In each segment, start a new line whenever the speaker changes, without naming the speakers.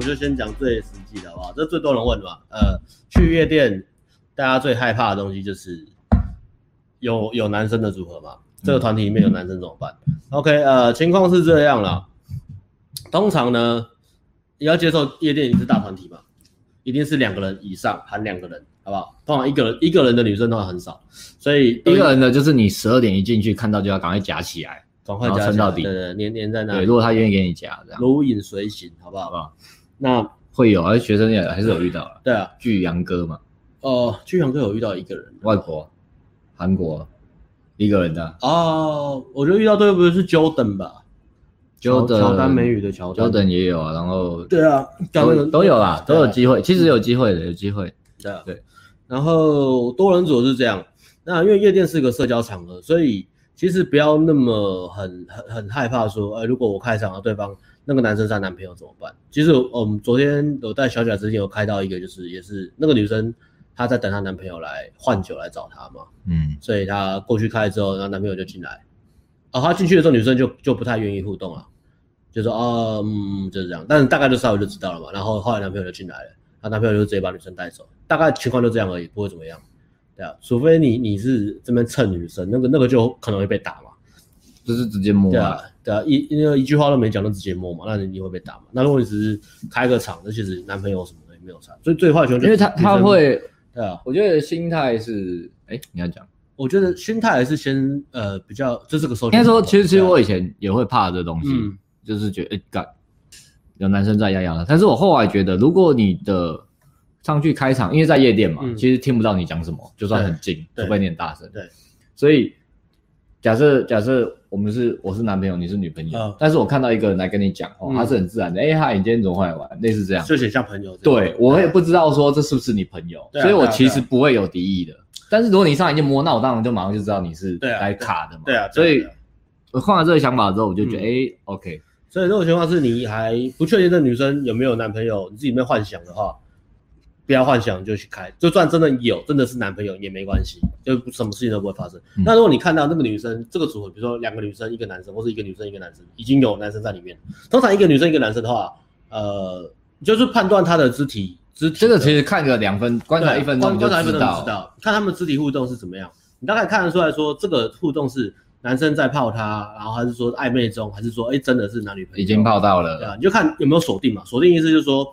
就先讲最实际的好不好？这最多人问的嘛。呃，去夜店，大家最害怕的东西就是有有男生的组合嘛，这个团体里面有男生怎么办？OK，呃，情况是这样啦。通常呢，你要接受夜店一定是大团体嘛，一定是两个人以上含两个人，好不好？通常一个人一个人的女生通常很少，所以
一个人的就是你十二点一进去看到就要赶快夹起来，
赶快
然后
加
撑
起
到
来
底
对对，黏黏在那
对，
里
如，果啊他愿意给你夹，这样
如影随形，好不
好
好？
不好？
那
会有，而学生也还是有遇到了，
对啊，
巨阳哥嘛，
哦，巨阳哥有遇到一个人
外婆，韩国，一个人的，
哦，我觉得遇到对不对是 Jordan 吧
乔
乔乔丹美语的乔丹
乔丹也有啊，然后
对啊，刚那个
都都有啦，都有
对
机会，其实有机会的，有机会。
啊
对。
然后多人组是这样，那因为夜店是个社交场合，所以其实不要那么很很很害怕说，呃，如果我开场了，对方那个男生是她男朋友怎么办？其实我们昨天有带小贾之前有开到一个，就是也是那个女生她在等她男朋友来换酒来找她嘛，
嗯，
所以她过去开之后，然后男朋友就进来。哦，她进去的时候，女生就就不太愿意互动了，就说哦，嗯，就是这样。但是大概就稍微就知道了嘛。然后后来男朋友就进来了，她男朋友就直接把女生带走，大概情况就这样而已，不会怎么样。对啊，除非你你是这边蹭女生，那个那个就可能会被打嘛。
就是直接摸
对啊
啊，，
对啊，一因为一句话都没讲就直接摸嘛，那你你会被打嘛？那如果你只是开个场，那其实男朋友什么的也没有差。所以最坏的情况就
因为他
女生
他会，
对啊，
我觉得心态是，哎，你要讲，
我觉得心态还是先呃比较，这是个收。
应该说，其实其
对
实
啊
我以前也会怕这东西，
嗯
就是觉得哎干、有男生在压压了，但是我后来觉得，如果你的上去开场，因为在夜店嘛，
嗯
其实听不到你讲什么，就算很近，
对
除非你很大声，
对，
所以假设假设我们是我是男朋友，你是女朋友，
嗯
但是我看到一个人来跟你讲话，
嗯
他是很自然的，哎、嗨，你今天怎么会来玩？类似这样，
就写像朋友这样。
对我也不知道说这是不是你朋友，
对啊
所以我
对啊
其
对啊
实不会有敌意的。但是如果你上来就摸，那我当然就马上就知道你是
对啊
来卡的嘛。
对啊，对啊
所以
对啊
我换了这个想法之后，我就觉得
嗯
哎、o k
所以这种情况是你还不确定这女生有没有男朋友，你自己没有幻想的话，不要幻想就去开，就算真的有，真的是男朋友也没关系，就什么事情都不会发生。
嗯
那如果你看到那个女生这个组合，比如说两个女生一个男生，或是一个女生一个男生，已经有男生在里面，通常一个女生一个男生的话，呃，就是判断他的肢体肢体
这个
的
其实看个两分，观察
对啊
一分
观
钟就
观察一分
知
钟就知
道。
道，看他们肢体互动是怎么样，你大概看得出来说这个互动是男生在泡她，然后还是说暧昧中，还是说哎、真的是男女朋友
已经泡到了，
对啊，你就看有没有锁定嘛。锁定意思就是说，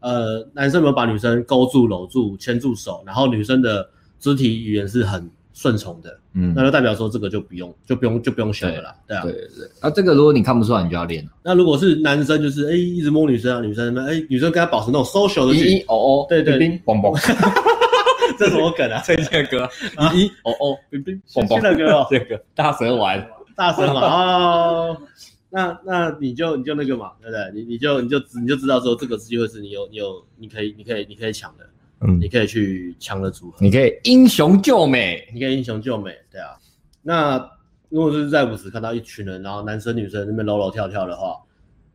呃，男生有没有把女生勾住、搂住、牵住手，然后女生的肢体语言是很顺从的，
嗯，
那就代表说这个就不用就不用就不用选了啦，对啊。
对对对。那、这个如果你看不出来，你就要练了。
那如果是男生就是哎、一直摸女生啊，女生那边哎女生跟他保持那种 social 的距
一
离
一，哦哦，
对对
冰冰嘣嘣，
这什么梗啊？
这些歌， 一一哦哦，冰冰
新
嘣嘣，
的歌哦。
这个大蛇丸，
大声嘛哦，那那你就你就那个嘛，对不对？你你就你就知你就知道说这个机会是你有你有你可以你可以你可以抢的，
嗯
你可以去抢的组合，
你可以英雄救美，
你可以英雄救美，对啊。那如果是在舞池看到一群人，然后男生女生那边搂搂跳跳的话，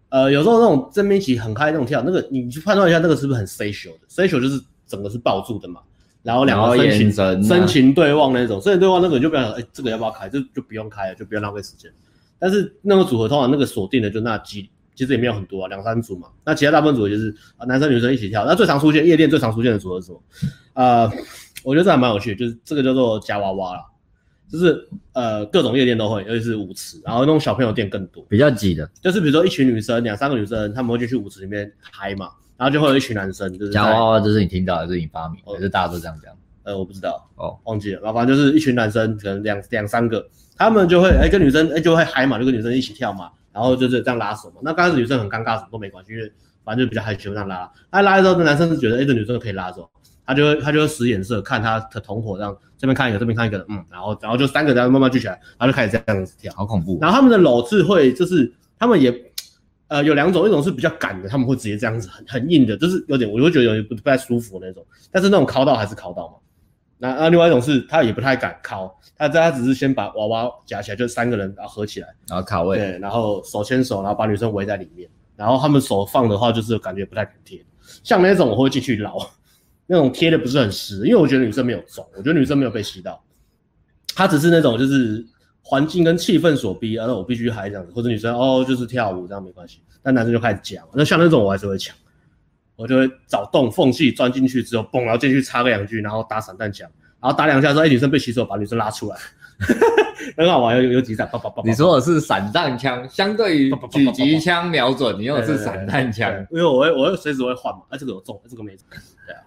呃，有时候那种正面一起很嗨那种跳，那个你去判断一下那个是不是很 social 的，social 就是整个是抱住的嘛。然后两
然后
个深情
眼神啊
深情对望那种，深情对望那个你就不要想，哎、这个要不要开？就就不用开了，就不要浪费时间。但是那个组合通常那个锁定的就那几，其实也没有很多啊，两三组嘛。那其他大部分组合就是啊男生女生一起跳。那最常出现夜店最常出现的组合是什么？呃，我觉得这还蛮有趣的，就是这个叫做夹娃娃啦，就是呃各种夜店都会，尤其是舞池，然后那种小朋友店更多。
比较挤的，
就是比如说一群女生，两三个女生，她们会进去舞池里面嗨嘛，然后就会有一群男生，就是在
夹娃娃这是你听到的，这是你发明的，
哦
还是大家都这样讲？
呃我不知道
哦，
忘记了，然后反正就是一群男生，可能两两三个，他们就会哎、跟女生哎、就会嗨嘛，就跟女生一起跳嘛，然后就是这样拉手嘛。那刚开始女生很尴尬，什么都没关系，因为反正就比较害羞这样拉。那拉的时候，那男生是觉得哎、这女生可以拉走，他就会他就会使眼色，看他的同伙这样这边看一个，这边看一个，嗯，然后然后就三个这样慢慢聚起来，然后就开始这样子跳。
好恐怖哦，
然后他们的搂是会，就是他们也，呃，有两种，一种是比较赶的，他们会直接这样子很很硬的，就是有点我会觉得有点不不太舒服那种。但是那种敲到还是敲到嘛。那那另外一种是他也不太敢敲，他他只是先把娃娃夹起来，就三个人然后合起来，
然后卡位，
对，然后手牵手，然后把女生围在里面，然后他们手放的话就是感觉不太敢贴，像那种我会进去捞，那种贴的不是很实，因为我觉得女生没有中，我觉得女生没有被吸到，她只是那种就是环境跟气氛所逼，啊，那我必须还这样子，或者女生哦就是跳舞这样没关系，但男生就开始讲，那像那种我还是会抢，我就会找洞缝隙钻进去之后，嘣，然后进去插个两句，然后打散弹枪，然后打两下之后，哎、女生被洗手，把女生拉出来， 很好玩，有有有几闪，叭叭叭叭叭。
你说的是散弹枪，相对于
叭叭叭叭叭
狙击枪瞄准，你用的是散弹枪。
对，因为我会我会随时会换嘛，哎、这个有中，哎这个没中，对啊，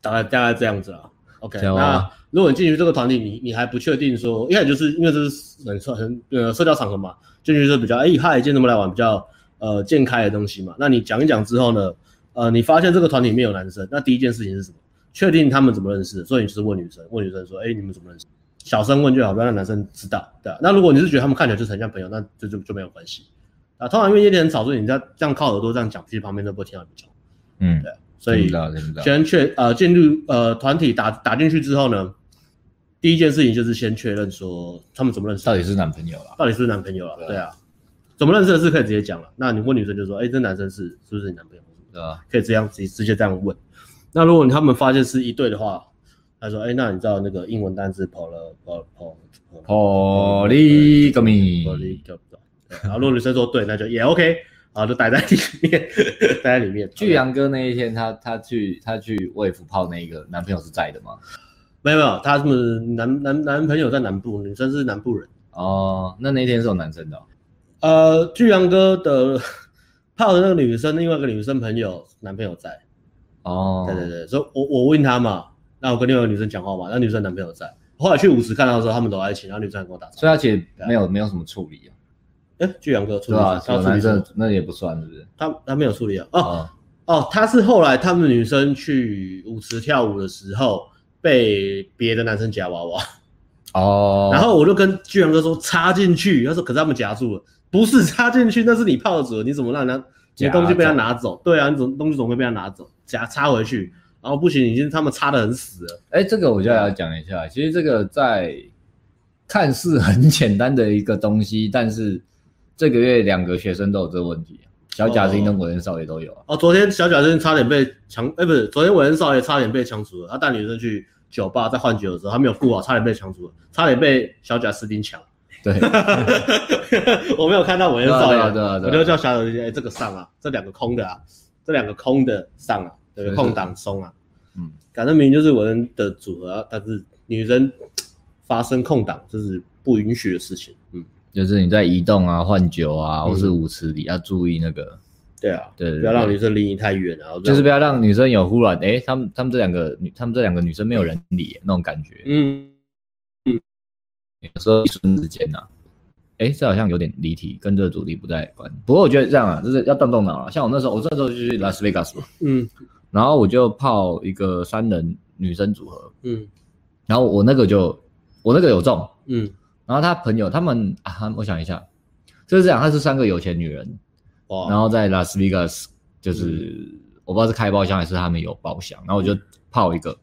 大概大概这样子啊。OK，
行
那
啊
如果你进去这个团体，你你还不确定说，一开始就是因为这是很社很呃社交场合嘛，进去是比较哎嗨，今天怎么来玩比较呃健开的东西嘛。那你讲一讲之后呢，呃，你发现这个团体里面有男生，那第一件事情是什么？确定他们怎么认识的，所以你就是问女生，问女生说，哎、你们怎么认识？小声问就好，不要让男生知道，对啊。那如果你是觉得他们看起来就是很像朋友，那这就就没有关系。啊，通常因为夜店很吵，所以你这样这样靠耳朵这样讲，其实旁边都不会听到你讲。
嗯，
所以
听不到听不到。
先确呃进入呃团体打打进去之后呢，第一件事情就是先确认说他们怎么认识的，
到底是男朋友啦？
到底是不是男朋友了
对？啊
对啊，怎么认识的是可以直接讲了。那你问女生就说，哎、这男生是是不是你男朋友？
对吧？
可以这样直直接这样问。那如果他们发现是一对的话，他说，哎、那你知道那个英文单字 polo polo polo
哦，你个咪，
poly 然后如果女生说对，那就也 OK，好就待在里面， 待在里面。
巨阳哥那一天他，他去他去卫福炮那个男朋友是在的吗？
没有没有，他们男男男朋友在南部，女生是南部人。
哦，那那天是有男生的哦、
呃，巨阳哥的 泡的那个女生，另外一个女生朋友男朋友在，
哦。
对对对，所以我我问他嘛，那我跟另外一个女生讲话嘛，那女生男朋友在。后来去舞池看到的时候，他们都在一起，然后女生还跟我打招
所以他其实没有没有什么处理啊，
呼。哎，巨阳哥处
对
理
吧、
他
有
处理
男
什
生
么？
那也不算，是不是？
他他没有处理啊。哦
哦，
哦，他是后来他们女生去舞池跳舞的时候被别的男生夹娃娃，
哦
然后我就跟巨阳哥说插进去，他说可是他们夹住了，不是插进去，那是你泡的纸，你怎么让人家你的东西被他拿走？对啊，你怎么东西总会被他拿走？夹插回去，然后不行，已经他们插的很死了。
哎，这个我就要讲一下，其实这个在看似很简单的一个东西，但是这个月两个学生都有这个问题，小贾斯汀跟果仁少爷都有啊。
哦，昨天小贾真差点被强，哎、不是，昨天韦恩少爷差点被强除了。他啊带女生去酒吧，在换酒的时候，他没有顾好，差点被强除了，差点被小贾斯汀抢。
对，
我没有看到韦恩少
对啊
爷，
对啊
我
对啊
就叫小贾斯汀，哎、这个上啊，这两个空的啊，这两个空的上啊，有个
对
空
对
档松啊。
嗯，
反正明明就是我们的组合啊、但是女生发生空档这是不允许的事情。嗯，
就是你在移动啊、换酒啊，
嗯
或是舞池里要注意那个，
对啊，
对对
不要让
对
女生离你太远啊，
就是不要让女生有忽然哎，他们他们这两个女，他们这两个女生没有人理那种感觉，
嗯，
有时候一瞬之间呐、啊，哎，这好像有点离题，跟这个主题不太关。不过我觉得这样啊，就是要动动脑了。像我那时候，我那时候就去拉斯维加斯嘛，
嗯
然后我就泡一个三人女生组合，
嗯
然后我那个就我那个有中，
嗯，
然后他朋友他们啊，他们我想一下，就是这样，她是三个有钱女人，
哇，
然后在拉斯维加斯就是、
嗯
我不知道是开包厢还是他们有包厢，然后我就泡一个，
嗯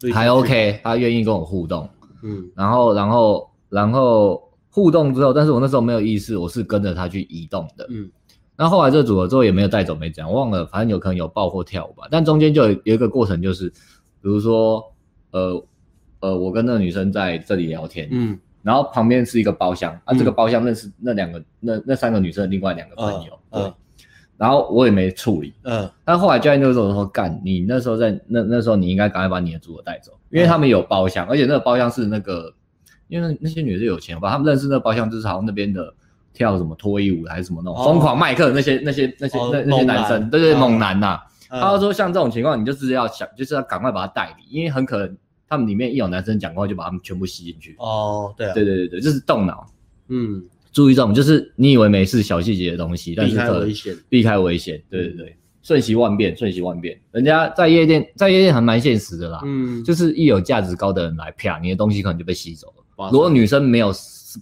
对
还 OK，他愿意跟我互动，
嗯
然后然后然后互动之后，但是我那时候没有意识，我是跟着他去移动的，
嗯
那后来这组合之后也没有带走，没怎样，忘了，反正有可能有抱或跳舞吧。但中间就有有一个过程，就是比如说，呃呃，我跟那个女生在这里聊天，
嗯
然后旁边是一个包厢，啊，
嗯
这个包厢认识那两个那那三个女生的另外两个朋友，
嗯
哦对
嗯。
然后我也没处理，
嗯
但后来教练就跟我说：“干，你那时候在那那时候你应该赶快把你的组合带走，因为他们有包厢，而且那个包厢是那个，因为那那些女的有钱吧，他们认识那个包厢就是好像那边的跳什么脱衣舞还是什么那种
哦
疯、狂麦克那些那些那些、
哦
那那些
猛
男
男
生，对对
嗯
猛男呐、
嗯
他就说像这种情况，你就是要想就是要赶快把他带离，因为很可能他们里面一有男生讲话就把他们全部吸进去。
哦，对啊，
对对对对，就是动脑，
嗯，
注意这种就是你以为没事小细节的东西，但
避
是
开
可能
危险，
避开危险。对
嗯
对对，瞬息万变，瞬息万变。人家在夜店，在夜店还蛮现实的啦，
嗯，
就是一有价值高的人来啪，你的东西可能就被吸走了。
哇塞
如果女生没有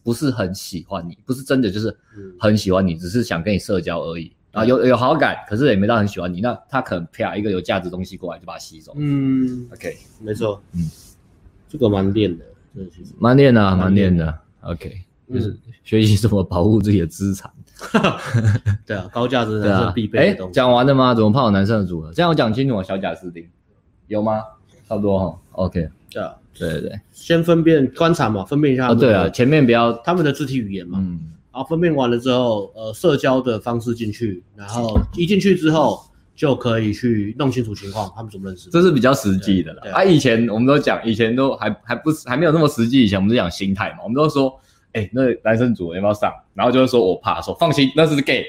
不是很喜欢你，不是真的就是
嗯
很喜欢你，只是想跟你社交而已啊，有有好感，可是也没到很喜欢你，那她可能啪一个有价值的东西过来就把它吸走。
嗯，
OK，
没错，
嗯，
这个蛮练的，这个其实
蛮练的啊，蛮
蛮练
练的。OK，就是
嗯，
学习怎么保护自己的资产。
对啊，高价值
对
男
啊
生必，备
哎
的东，西，
讲完了吗？怎么泡男生的组合？这样我讲清楚，小贾斯汀有吗？
嗯
差不多哈。OK，
对啊，
对对对。
先分辨观察嘛，分辨一下他
哦，
们的
对了，前面不要，
他们的肢体语言嘛，
嗯，嗯
然后分辨完了之后，呃，社交的方式进去，然后一进去之后，就可以去弄清楚情况，他们怎么认识的。
这是比较实际的
对
了。
对
啊，以前我们都讲，以前都还还不是还没有那么实际，以前我们都讲心态嘛，我们都说，哎、那男生组要不要上？然后就会说我怕，说放心，那是 gay，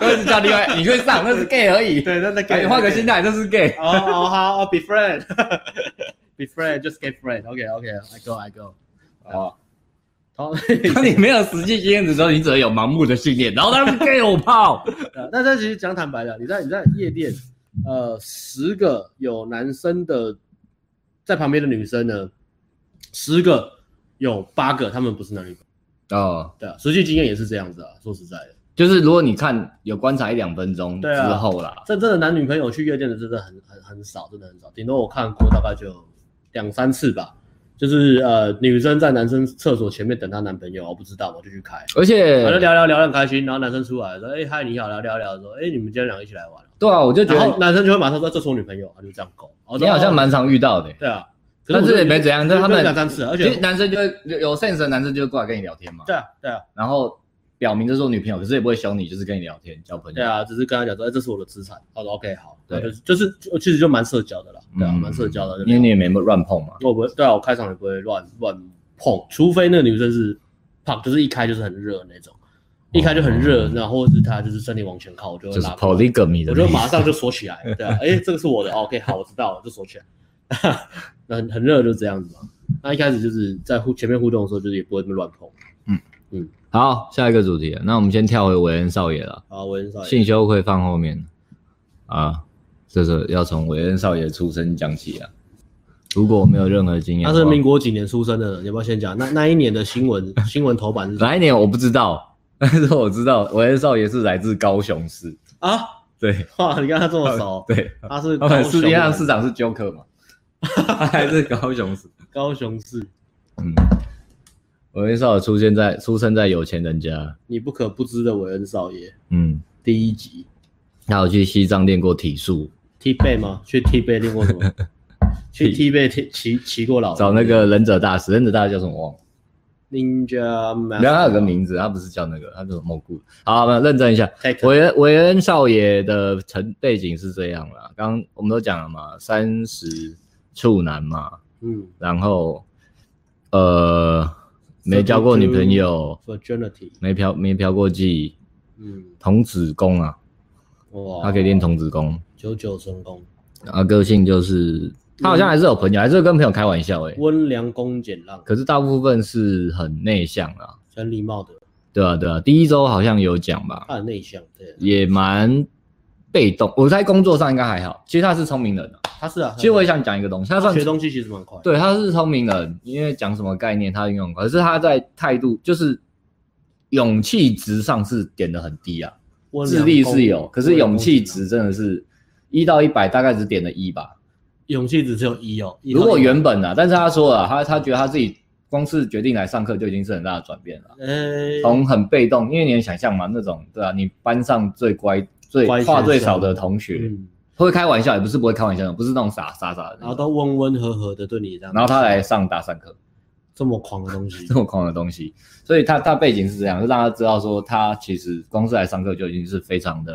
都是叫另外你会上，那是 gay 而已。
对，那那
哎，换个心态，那是 gay。
哦哦好哦，be friend，be friend，just get friend，OK OK，I go，I go。
哦，
好，
当你没有实际经验的时候，你只能有盲目的信念，然后他们 gay 我泡。
呃，那但其实讲坦白的，你在你在夜店，呃，十个有男生的在旁边的女生呢，十个有八个他们不是男女朋友，
哦，
对啊，实际经验也是这样子啊。说实在的，
就是如果你看有观察一两分钟之
对啊
后啦，
真正的男女朋友去夜店的真的很很很少，真的很少，顶多我看过大概就两三次吧。就是呃，女生在男生厕所前面等她男朋友，我不知道，我就去开，
而且
反正聊聊聊得很开心，然后男生出来说，哎、嗨你好，聊聊聊说，哎、你们今天两个一起来玩哦，
对啊，我就觉
然后
得
男生就会马上说这是我女朋友，他就这样勾，哦
你好像
哦
蛮常遇到的、
对啊，可
但
我
是
就
也没怎样，但他
就
们
两三次，啊而
其实
且
男生就会有有 sense 的男生就会过来跟你聊天嘛，
对啊对啊
然后表明这是我女朋友，可是也不会凶你，就是跟你聊天交朋友。
对，啊，只是跟他讲说，哎，这是我的资产，他说 OK 好，
对
对，就是就是就其实就蛮社交的啦，对啊，蛮社交的，
因
对
为你
吧
也没乱碰嘛。
我不会，对啊，我开场也不会乱乱碰，除非那个女生是胖，就是一开就是很热的那种，一开就很热，然后或者是她就是身体往前靠，我就会
哦就是
拉过来，
polygamy 的
我就
那种，
马上就锁 起来，对啊，哎，这个是我的哦，OK 好，我知道了，就锁起来， 那很很热就这样子嘛。那一开始就是在互前面互动的时候，就是也不会那么乱碰
好，下一个主题了，那我们先跳回韦恩少爷了，
啊。我很少
性羞愧放后面啊，这是要从韦恩少爷出生讲起啊。如果我没有任何经验
他
的话，
是民国几年出生的？你要不要先讲？那那一年的新闻新闻头版是什 么
哪一年我不知道，但是我知道韦恩少爷是来自高雄市，
啊？
对？
哇，你跟他这么熟
对，啊
他哦是
他
高
们
雄
世界上市
人，
长是 Joker 嘛，他还是高雄市。
高雄市，
嗯，韦恩少爷出现在出生在有钱人家，
你不可不知的韦恩少爷
嗯，
第一集
他有去西藏练过体术，
，T 背吗？去 T 背练过什 么？去 T 背骑骑骑过老
找那个忍者大师，忍者大师叫什么我忘了，
Ninja
然后他有个
Master
名字，他不是叫那个，他叫蒙古。好，我们认真一下，
Take
韦恩韦恩少爷的成背景是这样啦，刚刚我们都讲了嘛，三十处男嘛，
嗯
然后呃没交过女朋友，
Virginity
没嫖没嫖过妓，
嗯
童子功啊，
哇，
他可以练童子功，
九九神功，
然后个性就是他好像还是有朋友，还是会跟朋友开玩笑诶、欸
温良恭俭让，
可是大部分是很内向啦，
很礼貌的，
对啊对啊，第一周好像有讲吧，
他很内向，对，
也蛮被动，我在工作上应该还好，其实他是聪明人、啊，
他是啊，
其实我也想讲一个东西，他
他啊
算
学东西其实蛮快，，
对，他是聪明人，因为讲什么概念他运用，可是他在态度就是勇气值上是点的很低啊，智力是有，可是勇气值真的是一到一百大概只点了一吧。
勇气值只有一哦。一到
如果
一
原本啊，但是他说了，他他觉得他自己光是决定来上课就已经是很大的转变了，
呃，
从很被动，因为你能想象嘛，那种对啊，你班上最乖、最
乖学
话最
生
少的同学，
嗯，
会开玩笑，也不是不会开玩笑，不是那种傻傻傻的那
然后
种，
都温温和和的对你这样，
然后他来上搭讪课。
这么狂的东 西
这，么狂的东西，所以他他背景是这样，就让他知道说他其实光是来上课就已经是非常的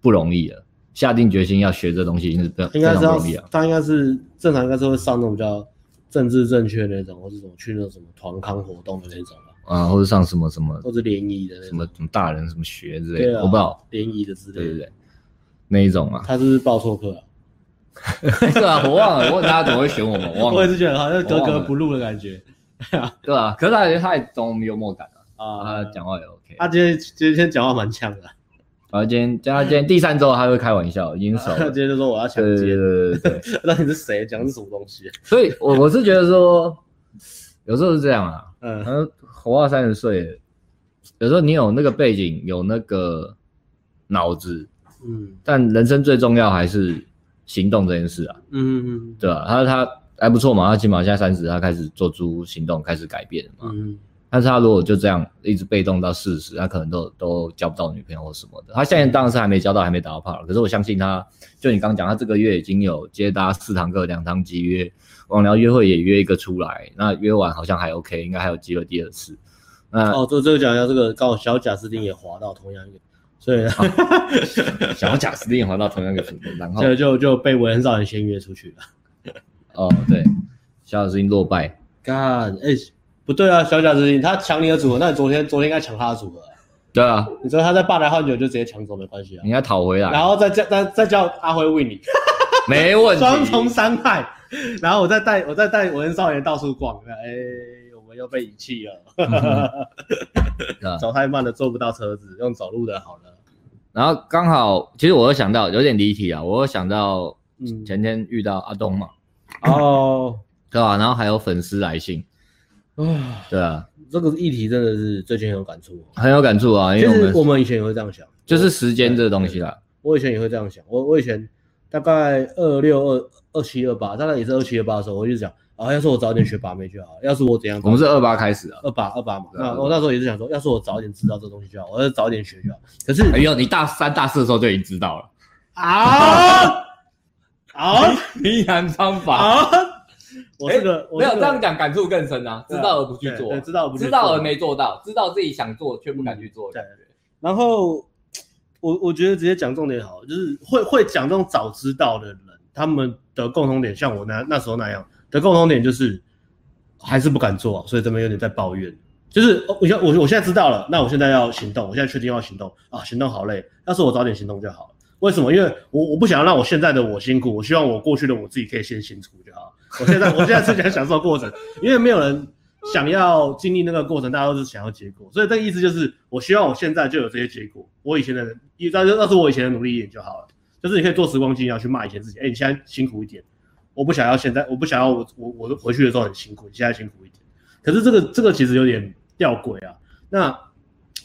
不容易了，下定决心要学这东西已经是非
应
非
该
常
是
不
要
容易了。
他应该是正常应该是会上那种比较政治正确的那种，或是什么去那种什么团康活动的那种吧，
啊，或者上什么什么
或者联谊的那
什么
种，
什么大人什么学之类
对
的，
啊，
我不知道，
联谊的之
对对
类的。
对，那一种啊，
他是不是报错课了？
对啊，我忘了，我问大家怎么会选我们，我忘
我也
了，
是觉得好像格
我忘
格
了
不入的感觉
对啊，可是他也他也懂我们幽默感啊，
啊
他。讲话也 OK，
他今天今天讲话蛮呛 的，
然后今天加上今天第三周他会开玩笑，已经熟
他
了
今，天就说我要抢
对对对
劫，
对对对。
那你是谁？讲的是什么东西？
所以我我是觉得说，有时候是这样啊，
嗯，
然后活到三十岁，有时候你有那个背景，有那个脑子，
嗯
但人生最重要还是行动这件事啊，
嗯
对吧、他他还不错嘛，他起码现在三十，他开始做出行动，开始改变了嘛。
嗯
但是他如果就这样一直被动到四十，他可能都都交不到女朋友或什么的。他现在当然是还没交到，还没打到炮，可是我相信他，就你刚讲，他这个月已经有接搭四堂课，两堂集约，网聊约会也约一个出来，那约完好像还 OK，应该还有机会第二次。那
哦，这这个讲一下，这个刚好小贾斯汀也滑到同样一个，所以呢
想要讲斯蒂环到同样一个群，然后
所以 就就被维恩少年先约出去了。
哦对，小小斯汀落败，
干，哎、不对啊，小贾之心他抢你的组合，那你昨天昨天应该抢他的组合啊、
对啊，
你说他在霸来换久就直接抢走没关系啊
你，应该讨回来，
然后再叫再再叫阿辉为你
没问 题，
双 重伤害，然后我再带我再带文少年到处逛，哎、我们又被遗弃了，
啊
走太慢了坐不到车子，用走路的好了，
然后刚好，其实我又想到有点离题啊，我又想到
嗯，
前天遇到阿东嘛，
哦，
对吧、然后还有粉丝来信，
啊，
对啊，
这个议题真的是最近很有感触、哦，
很有感触啊，
其
因为我
实
们
我们以前也会这样想，
就是时间这个东西啦，
我以前也会这样想，我我以前大概二六二二七二八，大概也是二七二八的时候，我就想啊，要是我早点学把妹就好，要是我怎样，
我们是二八开始啊，
二八二八嘛，
对啊
那我那时候也是想说，要是我早点知道这东西就好，我要早点学就 好。可是
哎呦，你大三大四的时候就已经知 道了，
啊啊
依然方法，
啊！我这个我
哎没有
这
这
个
样讲，感触更深啊！知
对啊
道而不去
对
做
对，知道而不去
知道
做
而没做到，知道自己想做却不敢去做
嗯
的感觉。
然后我我觉得直接讲重点好了，就是会会讲这种早知道的人，他们的共同点像我那那时候那样的共同点就是还是不敢做，啊所以这边有点在抱怨。就是哦我现在我我现在知道了，那我现在要行动，我现在确定要行动啊，行动好累，要是我早点行动就好了。为什么？因为我我不想要让我现在的我辛苦，我希望我过去的我自己可以先辛苦就好。我现在我现在是想享受过程，因为没有人想要经历那个过程，大家都是想要结果。所以这个意思就是，我希望我现在就有这些结果，我以前的人，那那是我以前的努力一点就好了。就是你可以做时光机一样去骂以前自己，哎、你现在辛苦一点，我不想要现在，我不想要我我我回去的时候很辛苦，你现在辛苦一点。可是这个这个其实有点吊诡啊。那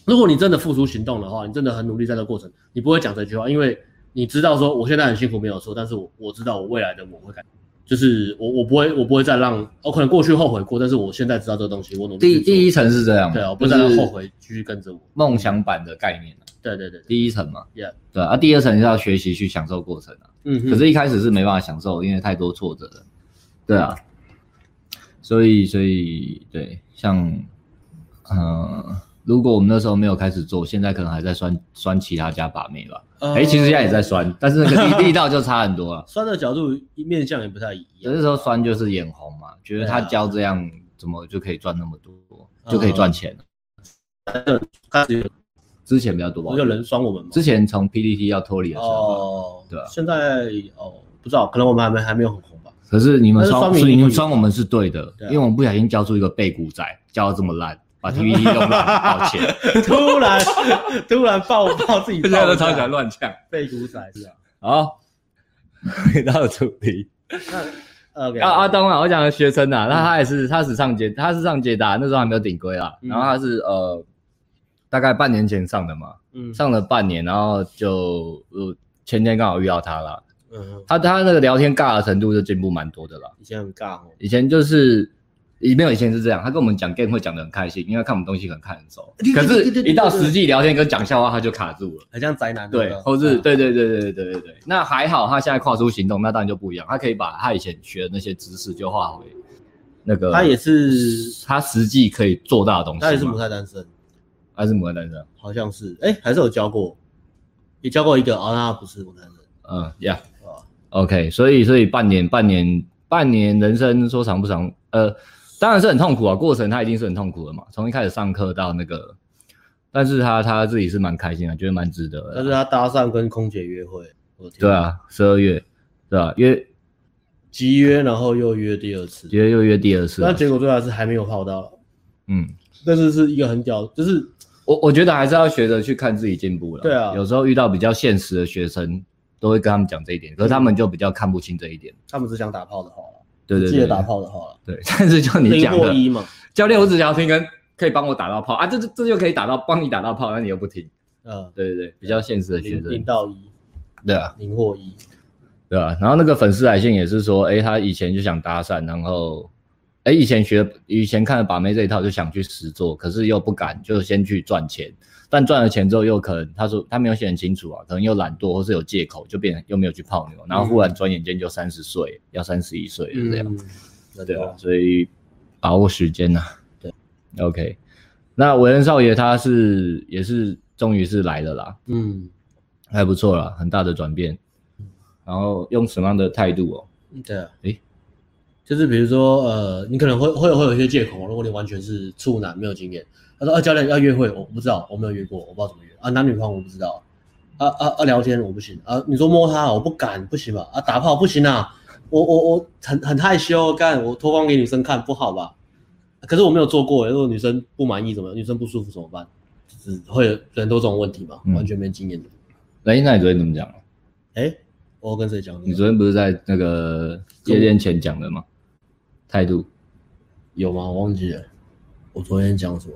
如果你真的付出行动的话，你真的很努力在这个过程，你不会讲这句话，因为你知道说我现在很辛苦没有错，但是我我知道我未来的我会改，就是我我不会我不会再让，我可能过去后悔过，但是我现在知道这个东西，我努力
第
去做
第一层是这样嘛，
对啊，我不
就
再让
是
后悔继续跟着我。
梦想版的概念啊、
对对对对，
第一层嘛
Yeah
对啊，第二层是要学习去享受过程啊，
嗯哼，
可是一开始是没办法享受，因为太多挫折了，对啊，所以所以对，像，呃，如果我们那时候没有开始做，现在可能还在酸酸其他家把妹吧，哎、
哎
其实现在也在酸，但是那个 力力道就差很多啊了，
酸的角度面向也不太一
有
样。
的时候酸就是眼红嘛，觉得他
对啊
教这样怎么就可以赚那么多，
嗯
就可以赚钱了，
开始
之前比较多吧
有，人酸我们嘛？
之前从 PPT 要脱离的时候。
哦，
对啊
现在哦不知道，可能我们还没还没有很红吧。
可是你们双
但是双
是
明
你们
会
双我们是对的，
对啊
因为我们不小心教出一个背骨仔，教的这么烂，把 TPT 用烂，抱歉。
突然突然爆爆自己爆一下，
乱呛。
被古仔是啊。
好，回到主题。
OK，
啊，阿东啊，我讲的学生啊，那他也是，他是上捷，他是上捷达，那时候还没有顶规啦。
嗯
然后他是呃，大概半年前上的嘛，
嗯，
上了半年，然后就呃前天刚好遇到他啦。
嗯，
他他那个聊天尬的程度就进步蛮多的啦。
以前很尬哦，
以前就是，没有以前是这样，他跟我们讲 game 会讲的很开心，因为他看我们东西很看很熟
对。
可
对对对对
是，
嗯
一到实际聊天跟讲笑话，他就卡住了。
很像宅男。
对
不，
或是对对对对对对对对。那还好，他现在跨出行动，那当然就不一样。他可以把他以前学的那些知识就化为那个，
他也是
他实际可以做到的东西嘛。
他也是母胎单身，
他是母胎单身。
好像是哎，还是有教过，也教过一个啊，那他不是母胎单身
嗯呀、
啊，
o k 所以所以半年半年半年人生说长不长，呃，当然是很痛苦啊，过程他一定是很痛苦的嘛，从一开始上课到那个，但是他他自己是蛮开心的，觉得蛮值得的
但
啦。
是他搭讪跟空姐约会，我天
啊对，啊，十二月，对啊，约
集约然后又约第二次，
约又约第二次啊、
那结果最后还是还没有泡到，
嗯，
但是是一个很屌，就是
我我觉得还是要学着去看自己进步了。
对啊
有时候遇到比较现实的学生，都会跟他们讲这一点，可是他们就比较看不清这一点。
他们只想打炮的话了，
对对
记
对
得，打炮的话了，
对，但是就你
零
讲
或
的，
一啊嘛，
教练，我只想要听跟可以帮我打到炮啊，这这这就可以打到帮你打到炮，那你又不听。
嗯，
对对对，比较现实的学
零零
生。
到一，
对啊，
零或一，
对啊。然后那个粉丝来信也是说，诶，他以前就想搭讪，然后，诶，以前学以前看了把妹这一套就想去实做，可是又不敢，就先去赚钱。但赚了钱之后，又可能他说他没有写很清楚啊，可能又懒惰或是有借口，就变成又没有去泡妞，然后忽然转眼间就三十岁，要三十一岁了这样。
嗯，
对
啊，，
啊所以把握时间呐、对，OK。那韦恩少爷他是也是终于是来了啦，
嗯，
还不错啦，很大的转变。然后用什么样的态度哦？
对啊，
诶
就是比如说呃，你可能会会会有一些借口，如果你完全是处男没有经验，他说啊教练要约会，我不知道，我没有约过，我不知道怎么约啊，男女朋友我不知道，啊啊啊聊天我不行啊，你说摸他我不敢，不行吧？啊打炮不行啊，我我我很很害羞，哦干我脱光给女生看不好吧？可是我没有做过、如果女生不满意怎么，女生不舒服怎么办？就是会有人都这种问题嘛，
嗯
完全没经验的。
哎，那你昨天怎么讲？
哎、我跟谁讲这个？
你昨天不是在那个夜店前讲的吗？态度。
有吗？我忘记了，我昨天讲什么？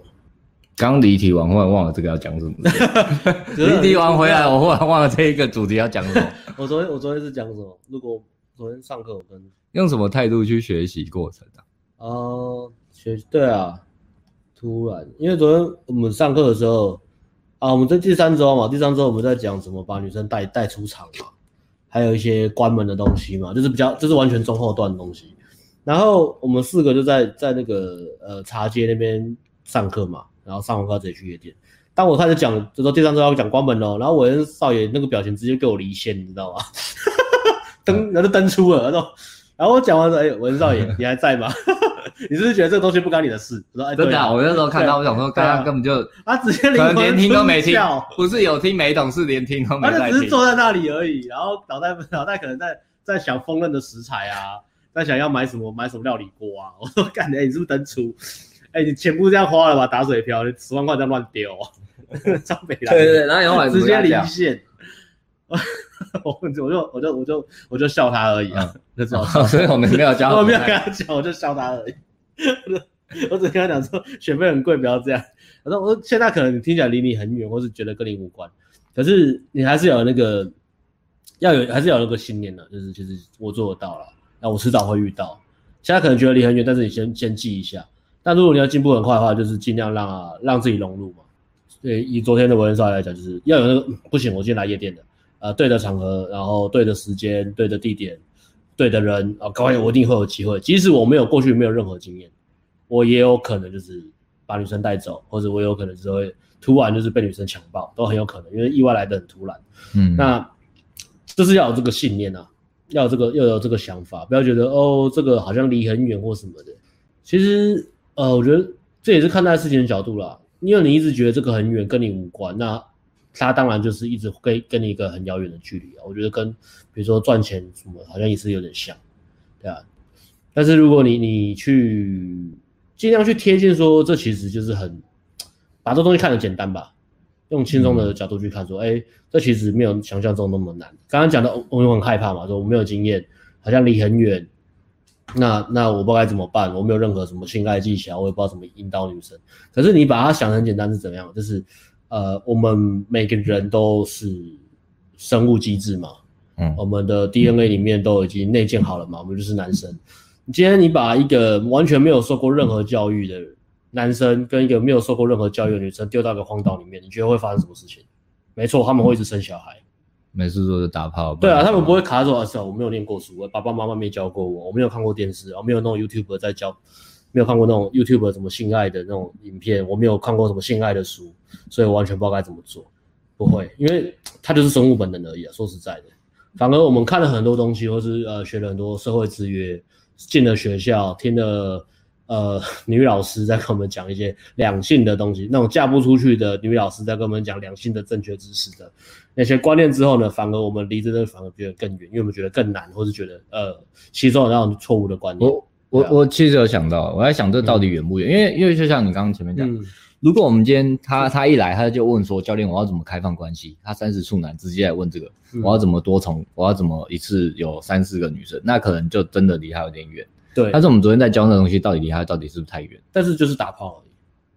刚离题完，忽然忘了这个要讲 什么。
啊
离题完回来，我忽然忘了这一个主题要讲什么。
我昨天我昨天是讲什么？如果昨天上课我跟
用什么态度去学习过程啊？
呃学对啊，突然，因为昨天我们上课的时候啊，我们这第三周嘛，第三周我们在讲怎么把女生带带出场嘛，还有一些关门的东西嘛，就是比较就是完全中后段的东西。然后我们四个就在在那个呃茶街那边上课嘛，然后上完课直接去夜店。当我开始讲，就说第三周要讲关门喽，然后我跟少爷那个表情直接给我离线，你知道吗？ 登，然后就登出了，然后，然后我讲完说，哎、文少爷，你还在吗？ 你是不是觉得这个东西不干你的事？我说，哎、
真
对
的啊、
啊
我那时候看到，我
对
想说，
对
刚
啊
刚根本就
他直接
可
灵
能
魂
连听都没
出
听
窍，
不是有听没懂，是连听都没
他
在
就只是
听。
坐在那里而已，然后脑袋 脑袋可能在在想烹饪的食材啊，在想要买什么买什么料理锅啊。我 说干，哎、你是不是登出？哎、你钱不这样花了吧？打水漂，你十万块这样乱丢、 张北兰，
对对对，然后你后来
直
怎
接
么
离
讲？
线。 我我就我就我就我就笑他而已啊， 就这样。
所以我们没有教。
我没有跟他讲，我就笑他而已。 我只跟他讲说，学费很贵，不要这样。我说，我说现在可能你听起来离你很远，或是觉得跟你无关，可是你还是有那个，要有还是要有那个信念的，就是其实我做得到了，那我迟早会遇到。现在可能觉得离很远，但是你先先记一下。但如果你要进步很快的话，就是尽量让啊让自己融入嘛。对，以昨天的文少来讲，就是要有那个嗯不行，我今天来夜店的，呃，对的场合，然后对的时间，对的地点，对的人啊，高我一定会有机会。即使我没有过去没有任何经验，我也有可能就是把女生带走，或者我有可能就是会突然就是被女生强暴，都很有可能，因为意外来的很突然。
嗯，
那就是要有这个信念啊，要有这个要有这个想法，不要觉得哦，这个好像离很远或什么的。其实呃，我觉得这也是看待事情的角度啦，因为你一直觉得这个很远，跟你无关，那他当然就是一直跟跟你一个很遥远的距离啊。我觉得跟比如说赚钱什么，好像也是有点像，对啊。但是如果你你去尽量去贴近说，这其实就是很把这东西看得简单吧，用轻松的角度去看说，哎、这其实没有想象中那么难。刚刚讲的，我我很害怕嘛，说我没有经验，好像离很远，那那我不知道该怎么办，我没有任何什么性爱技巧，我也不知道怎么引导女生。可是你把它想得很简单是怎么样？就是呃，我们每个人都是生物机制嘛，
嗯
我们的 DNA 里面都已经内建好了嘛，我们就是男生。今天你把一个完全没有受过任何教育的男生跟一个没有受过任何教育的女生丢到一个荒岛里面，你觉得会发生什么事情？没错，他们会一直生小孩。
每次都是打炮。
对啊，他们不会卡着说啊，是啊我没有念过书，我爸爸妈妈没教过我，我没有看过电视，我没有那种 YouTube 在教，没有看过那种 YouTube 什么性爱的那种影片，我没有看过什么性爱的书，所以我完全不知道该怎么做。不会，因为它就是生物本能而已啊。说实在的，反而我们看了很多东西，或是呃学了很多社会制约，进了学校，听了呃女老师在跟我们讲一些两性的东西，那种嫁不出去的女老师在跟我们讲两性的正确知识的那些观念之后呢，反而我们离真的反而觉得更远，因为我们觉得更难，或是觉得呃吸收了那种错误的观念。
我我
对啊
我其实有想到，我在想这到底远不远？因为因为就像你刚刚前面讲，
嗯
如果我们今天他他一来，他就问说教练，我要怎么开放关系？他三十处男直接来问这个，
嗯
我要怎么多重？我要怎么一次有三四个女生？那可能就真的离他有点远。
对，
但是我们昨天在教那东西，到底离他到底是不是太远？
但是就是打炮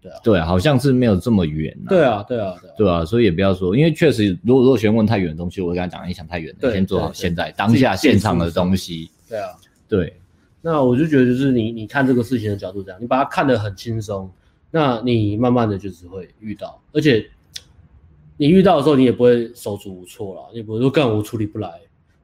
而已。
对、啊，好像是没有这么远、啊。
对啊，对啊，对啊，
对啊，所以也不要说，因为确实，如果如果学员问太远的东西，我会跟他讲，你想太远了，
对
你先做好
对对
现在当下现场的东西。
对啊。
对，
那我就觉得，就是你你看这个事情的角度这样，你把它看得很轻松，那你慢慢的就是会遇到，而且你遇到的时候，你也不会手足无措了，你不会说干我处理不来。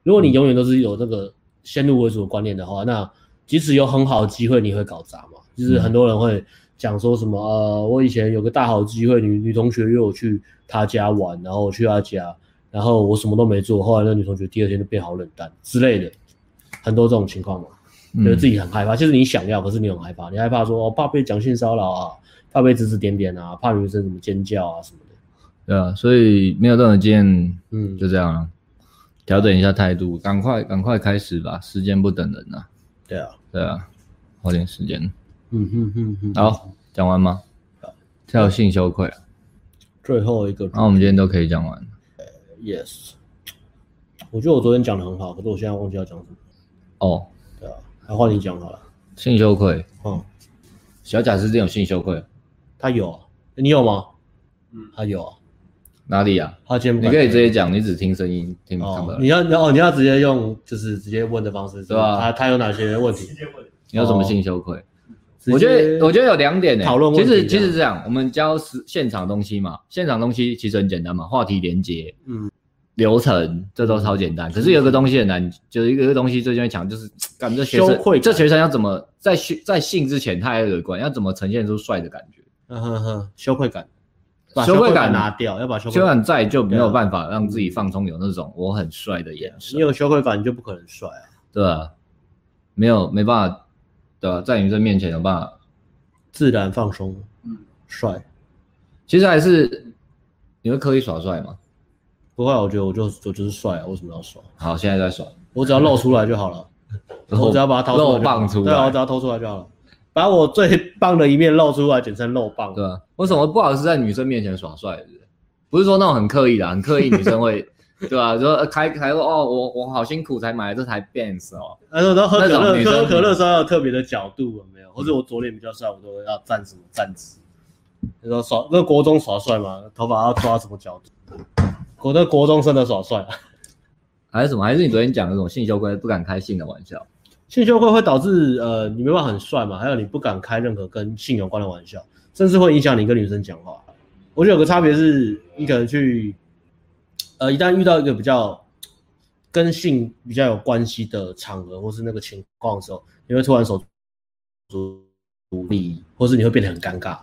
如果你永远都是有那个先入为主的观念的话，那即使有很好的机会，你会搞砸嘛。就是很多人会讲说什么呃，我以前有个大好机会，女女同学约我去她家玩，然后我去她家，然后我什么都没做，后来那女同学第二天就变好冷淡之类的，很多这种情况嘛，就是自
己
己很害怕，就是你想要，可是你很害怕，你害怕说哦，怕被讲性骚扰啊，怕被指指点点啊，怕女生怎么尖叫啊什么的，
对啊，所以没有这种经验
嗯，
就这样了，调整一下态度，赶快赶快开始吧，时间不等人啊，
对啊，
对啊，花点时间。
嗯哼哼哼，
好，讲完吗？跳性羞愧，啊
最后一个主
那我们今天都可以讲完。
Yes，我觉得我昨天讲的很好，可是我现在忘记要讲什么。
哦，
对啊，那换你讲好了。
性羞愧，
嗯，
小贾是这种性羞愧，
他有啊，你有吗？
嗯，
他有啊，
哪里啊？
他今天不
你
敢
可以直接讲，你只听声音，听不看不
哦
到，
你。要你要哦，你要直接用就是直接问的方式，
对啊
他他有哪些问题？
你有什
哦
么性羞愧？
直接
我觉得我觉得有两点呢、欸
讨论问
其
题啊
实
这
其
样
实这样，我们教实现场东西嘛，现场东西其实很简单嘛，话题连接，
嗯，
流程这都超简单。可是有一个东西很难，就是一个一个东西最近会讲，就是感觉学
羞
生
愧感
这学生要怎么在训在性之前他还有一关，要怎么呈现出帅的感觉？
嗯哼哼，羞愧感，把
羞愧
愧
感
拿掉，要把羞
虽
愧感。
然在就没有办法让自己放松，有那种我很帅的眼神
你，有羞愧感，你就不可能帅啊。
对啊，没有没办法，对啊，在女生面前有办法，
自然放松，
嗯，
帅
其实还是你会刻意耍帅吗？
不会啊，我觉得我就我就是帅啊，为什么要爽？
好，现在在耍，
我只要露出来就 好了。我只要把它掏出来就好，
肉棒出来，
对啊，我只要掏出来就好了，把我最棒的一面露出来，简称露棒。
对啊，为什么不好意思在女生面前耍帅？是不是不是说那种很刻意的啊，很刻意女 生会，对啊，说呃开开说哦，我我好辛苦才买了这台 Benz 哦，
然哎后都喝可
那种女
乐，
生
喝可乐的时候要有特别的角度，有没有？或者我左脸比较帅，我都要站什么站直。你说耍那国中耍帅嘛，头发要抓什么角度？国那国中生的耍帅，啊
还是什么？还是你昨天讲的那种性羞愧，不敢开性的玩笑？
性羞愧会导致呃你没办法很帅嘛，还有你不敢开任何跟性有关的玩笑，甚至会影响你跟女生讲话。我觉得有个差别是，你可能去呃一旦遇到一个比较跟性比较有关系的场合或是那个情况的时候，你会突然手足无力，或是你会变得很尴尬，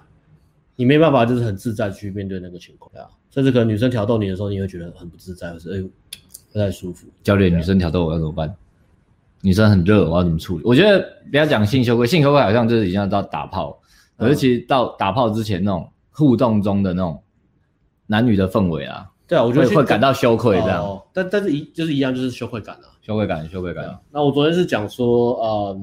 你没办法就是很自在去面对那个情况啊，甚至可能女生挑逗你的时候，你会觉得很不自在，或是哎呦不太舒服。
教练，女生挑逗我要怎么办？女生很热，我要怎么处理？我觉得不要讲性羞愧，性羞愧好像就是已经要到打炮，
嗯
可是其实到打炮之前那种互动中的那种男女的氛围啊，
对啊，我
我
觉得
会会感到羞愧这样，
哦但但是一就是一样就是羞愧感啊。
羞愧感，羞愧
对
感。
啊，那我昨天是讲说，呃，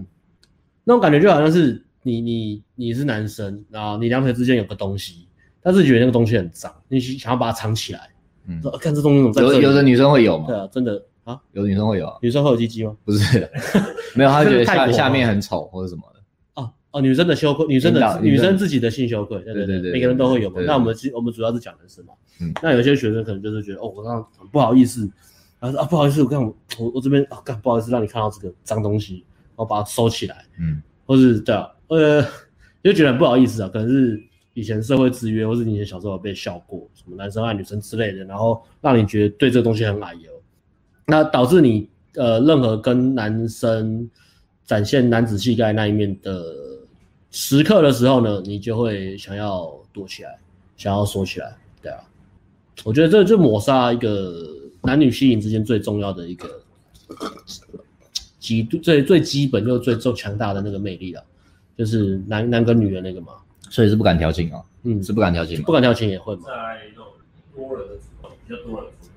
那种感觉就好像是你你你是男生，然后你两腿之间有个东西，但是觉得那个东西很脏，你想要把它藏起来，
嗯，
说、啊看这东西怎么在这
有
里
有的女生会有
对
嘛？
啊，真的啊，
有的女生会有啊，
女生会有鸡鸡吗？
不是， 没有，她觉得
这是泰
下
国吗
下面很丑或者什么的。
哦哦，女生的羞愧，女生
引导
的
引导
女生自己的性羞愧，对
对对
对
对
每个人都会有嘛
对对。对
那我们其我们主要是讲的是嘛，
嗯
那有些学生可能就是觉得哦，我刚刚很不好意思，然后说啊不好意思，我刚我我我这边啊干不好意思让你看到这个脏东西，然后把它收起来，
嗯，
或是对啊，呃，就觉得很不好意思啊，可能是以前社会制约，或是你以前小时候有被笑过，什么男生爱女生之类的，然后让你觉得对这个东西很矮油，那导致你呃任何跟男生展现男子气概那一面的时刻的时候呢，你就会想要躲起来，想要缩起来，对啊，我觉得这就抹杀一个男女吸引之间最重要的一个极最最基本又最最强大的那个魅力了，就是男男跟女的那个嘛，
所以是不敢调情啊，
嗯，
是不敢调情嘛
不？敢调情也会嘛，
在那种多人的时候，比较多人的时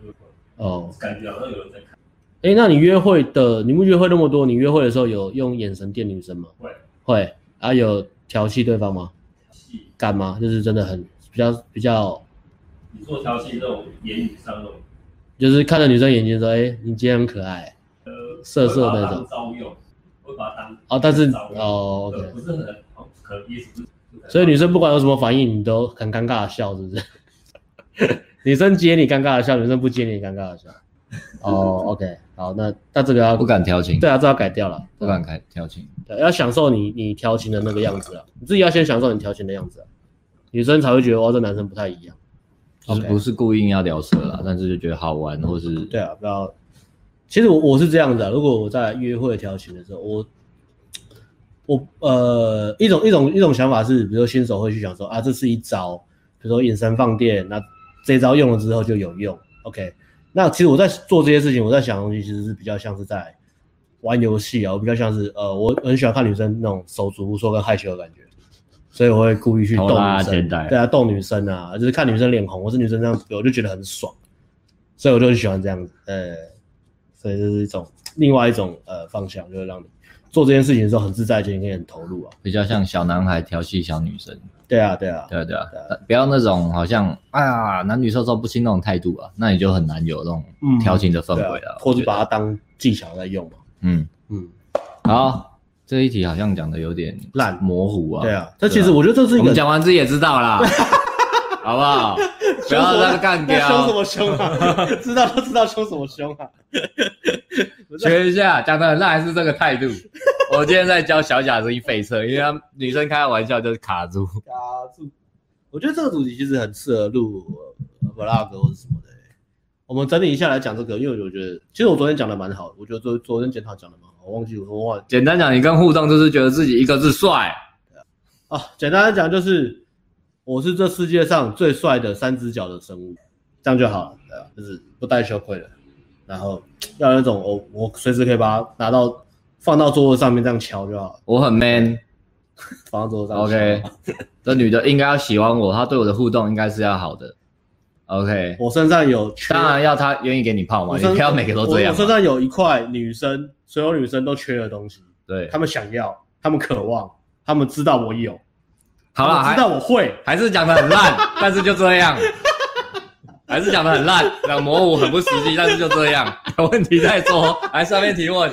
候，
哦，
感觉好像有人在看。
哎，那你约会的，你们约会那么多，你约会的时候有用眼神电女生吗？
会
会啊，有调戏对方吗？
戏，
敢吗？就是真的很比较比较，
你做调戏那种言语上那种，
就是看着女生眼睛说，哎，你今天很可爱
呃，
色色的那种
种招用，会把它当
哦，但是
招用
哦
呃
，OK，
不是很好可能也许不是。
所以女生不管有什么反应，你都很尴尬的笑，是不是？ 女生接你尴尬的笑，女生不接你尴尬的笑。哦，OK，好，那那这个要
不敢调情，
对啊，这要改掉了，
不敢开调情。
对要享受你你调情的那个样子啊，你自己要先享受你调情的样子啊，女生才会觉得哇，这男生不太一样。
就是
OK
不是故意要聊色啦，但是就觉得好玩，或是
对啊，不要。其实我我是这样子啊，如果我在约会调情的时候，我我呃一种一种一种想法是，比如说新手会去想说啊，这是一招，比如说隐身放电，那这招用了之后就有用。OK，那其实我在做这些事情，我在想的东西其实是比较像是在玩游戏啊，我比较像是呃，我很喜欢看女生那种手足无措跟害羞的感觉，所以我会故意去逗
头拉
女
肩
生，
带
对啊，逗女生啊，就是看女生脸红或是女生这样子，我就觉得很爽，所以我就很喜欢这样子，呃，所以这是一种另外一种呃方向，就是让你做这件事情的时候很自在，就应该很投入啊。
比较像小男孩调戏小女生，
对啊，对啊，
对啊对啊
对啊，
呃不要那种好像哎呀男女授受不亲那种态度啊，那你就很难有那种
嗯
调情的氛
对
围
啊
了，，
或者把
它
它当技巧在用嘛。
嗯
嗯，
好，这一题好像讲的有点
烂
模糊啊，
对啊，这其实我觉得这是一
我
个
们讲完自己也知道啦， 好 不好？不
凶什么
要再干
那凶什
掉，
么凶 啊？知道都知道凶什么凶啊？
学一下，讲的那还是这个 态度。我今天在教小贾子一废车，因为他女生开玩笑就是卡住。
卡住，
我觉得这个主题其实很适合录呃 vlog 或者什么的欸、我们整理一下来讲这个，因为我觉得其实我昨天讲的蛮好的，我觉得昨昨天检讨讲的蛮好，我忘记我忘了
简单讲，你跟互动就是觉得自己一个字帅，
啊。简单的讲就是，我是这世界上最帅的三只脚的生物，这样就好了，对吧？就是不带羞愧的，然后要有那种我我随时可以把它拿到放到桌子上面这样敲就好了，
我很 man。
放到桌子上
OK，
敲
这女的应该要喜欢我，她对我的互动应该是要好的。OK，
我身上有缺
当然要她愿意给你泡嘛，
我
哦你
身
不要每个都这样
我。我身
嘛。
上有一块女生，所有女生都缺的东西，
对，
她们想要，她们渴望，她们知道我有，
好了，
她们
还
知道我会，
还是讲的 很烂，但是就这样，还是讲的很烂，很模糊，很不实际，但是就这样。有问题再说，来上面提问，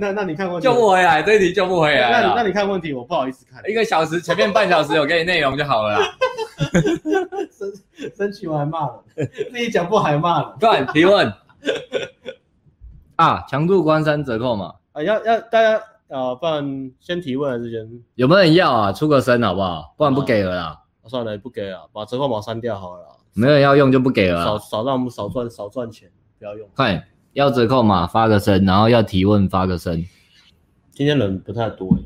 那那你看 问题，
救不回来，这一题救不回
啊
那
来
你那
了。
你看问题，我不好意思看，
一个小时前面半小时有给你内容就好了啦。
生气完还骂人，自己讲不还骂人
对，提问 啊，强度关山折扣嘛，
啊，要要大家啊，不然先提问还是先，
有没有人要啊？出个声好不好？不然不给了啦，
啊算了，不给了，把折扣码删掉好了啦，
没有人要用就不给了
少
啦。
少让我们少赚少赚钱，不要用。
快要折扣嘛，发个声，然后要提问发个声，
今天人不太多欸，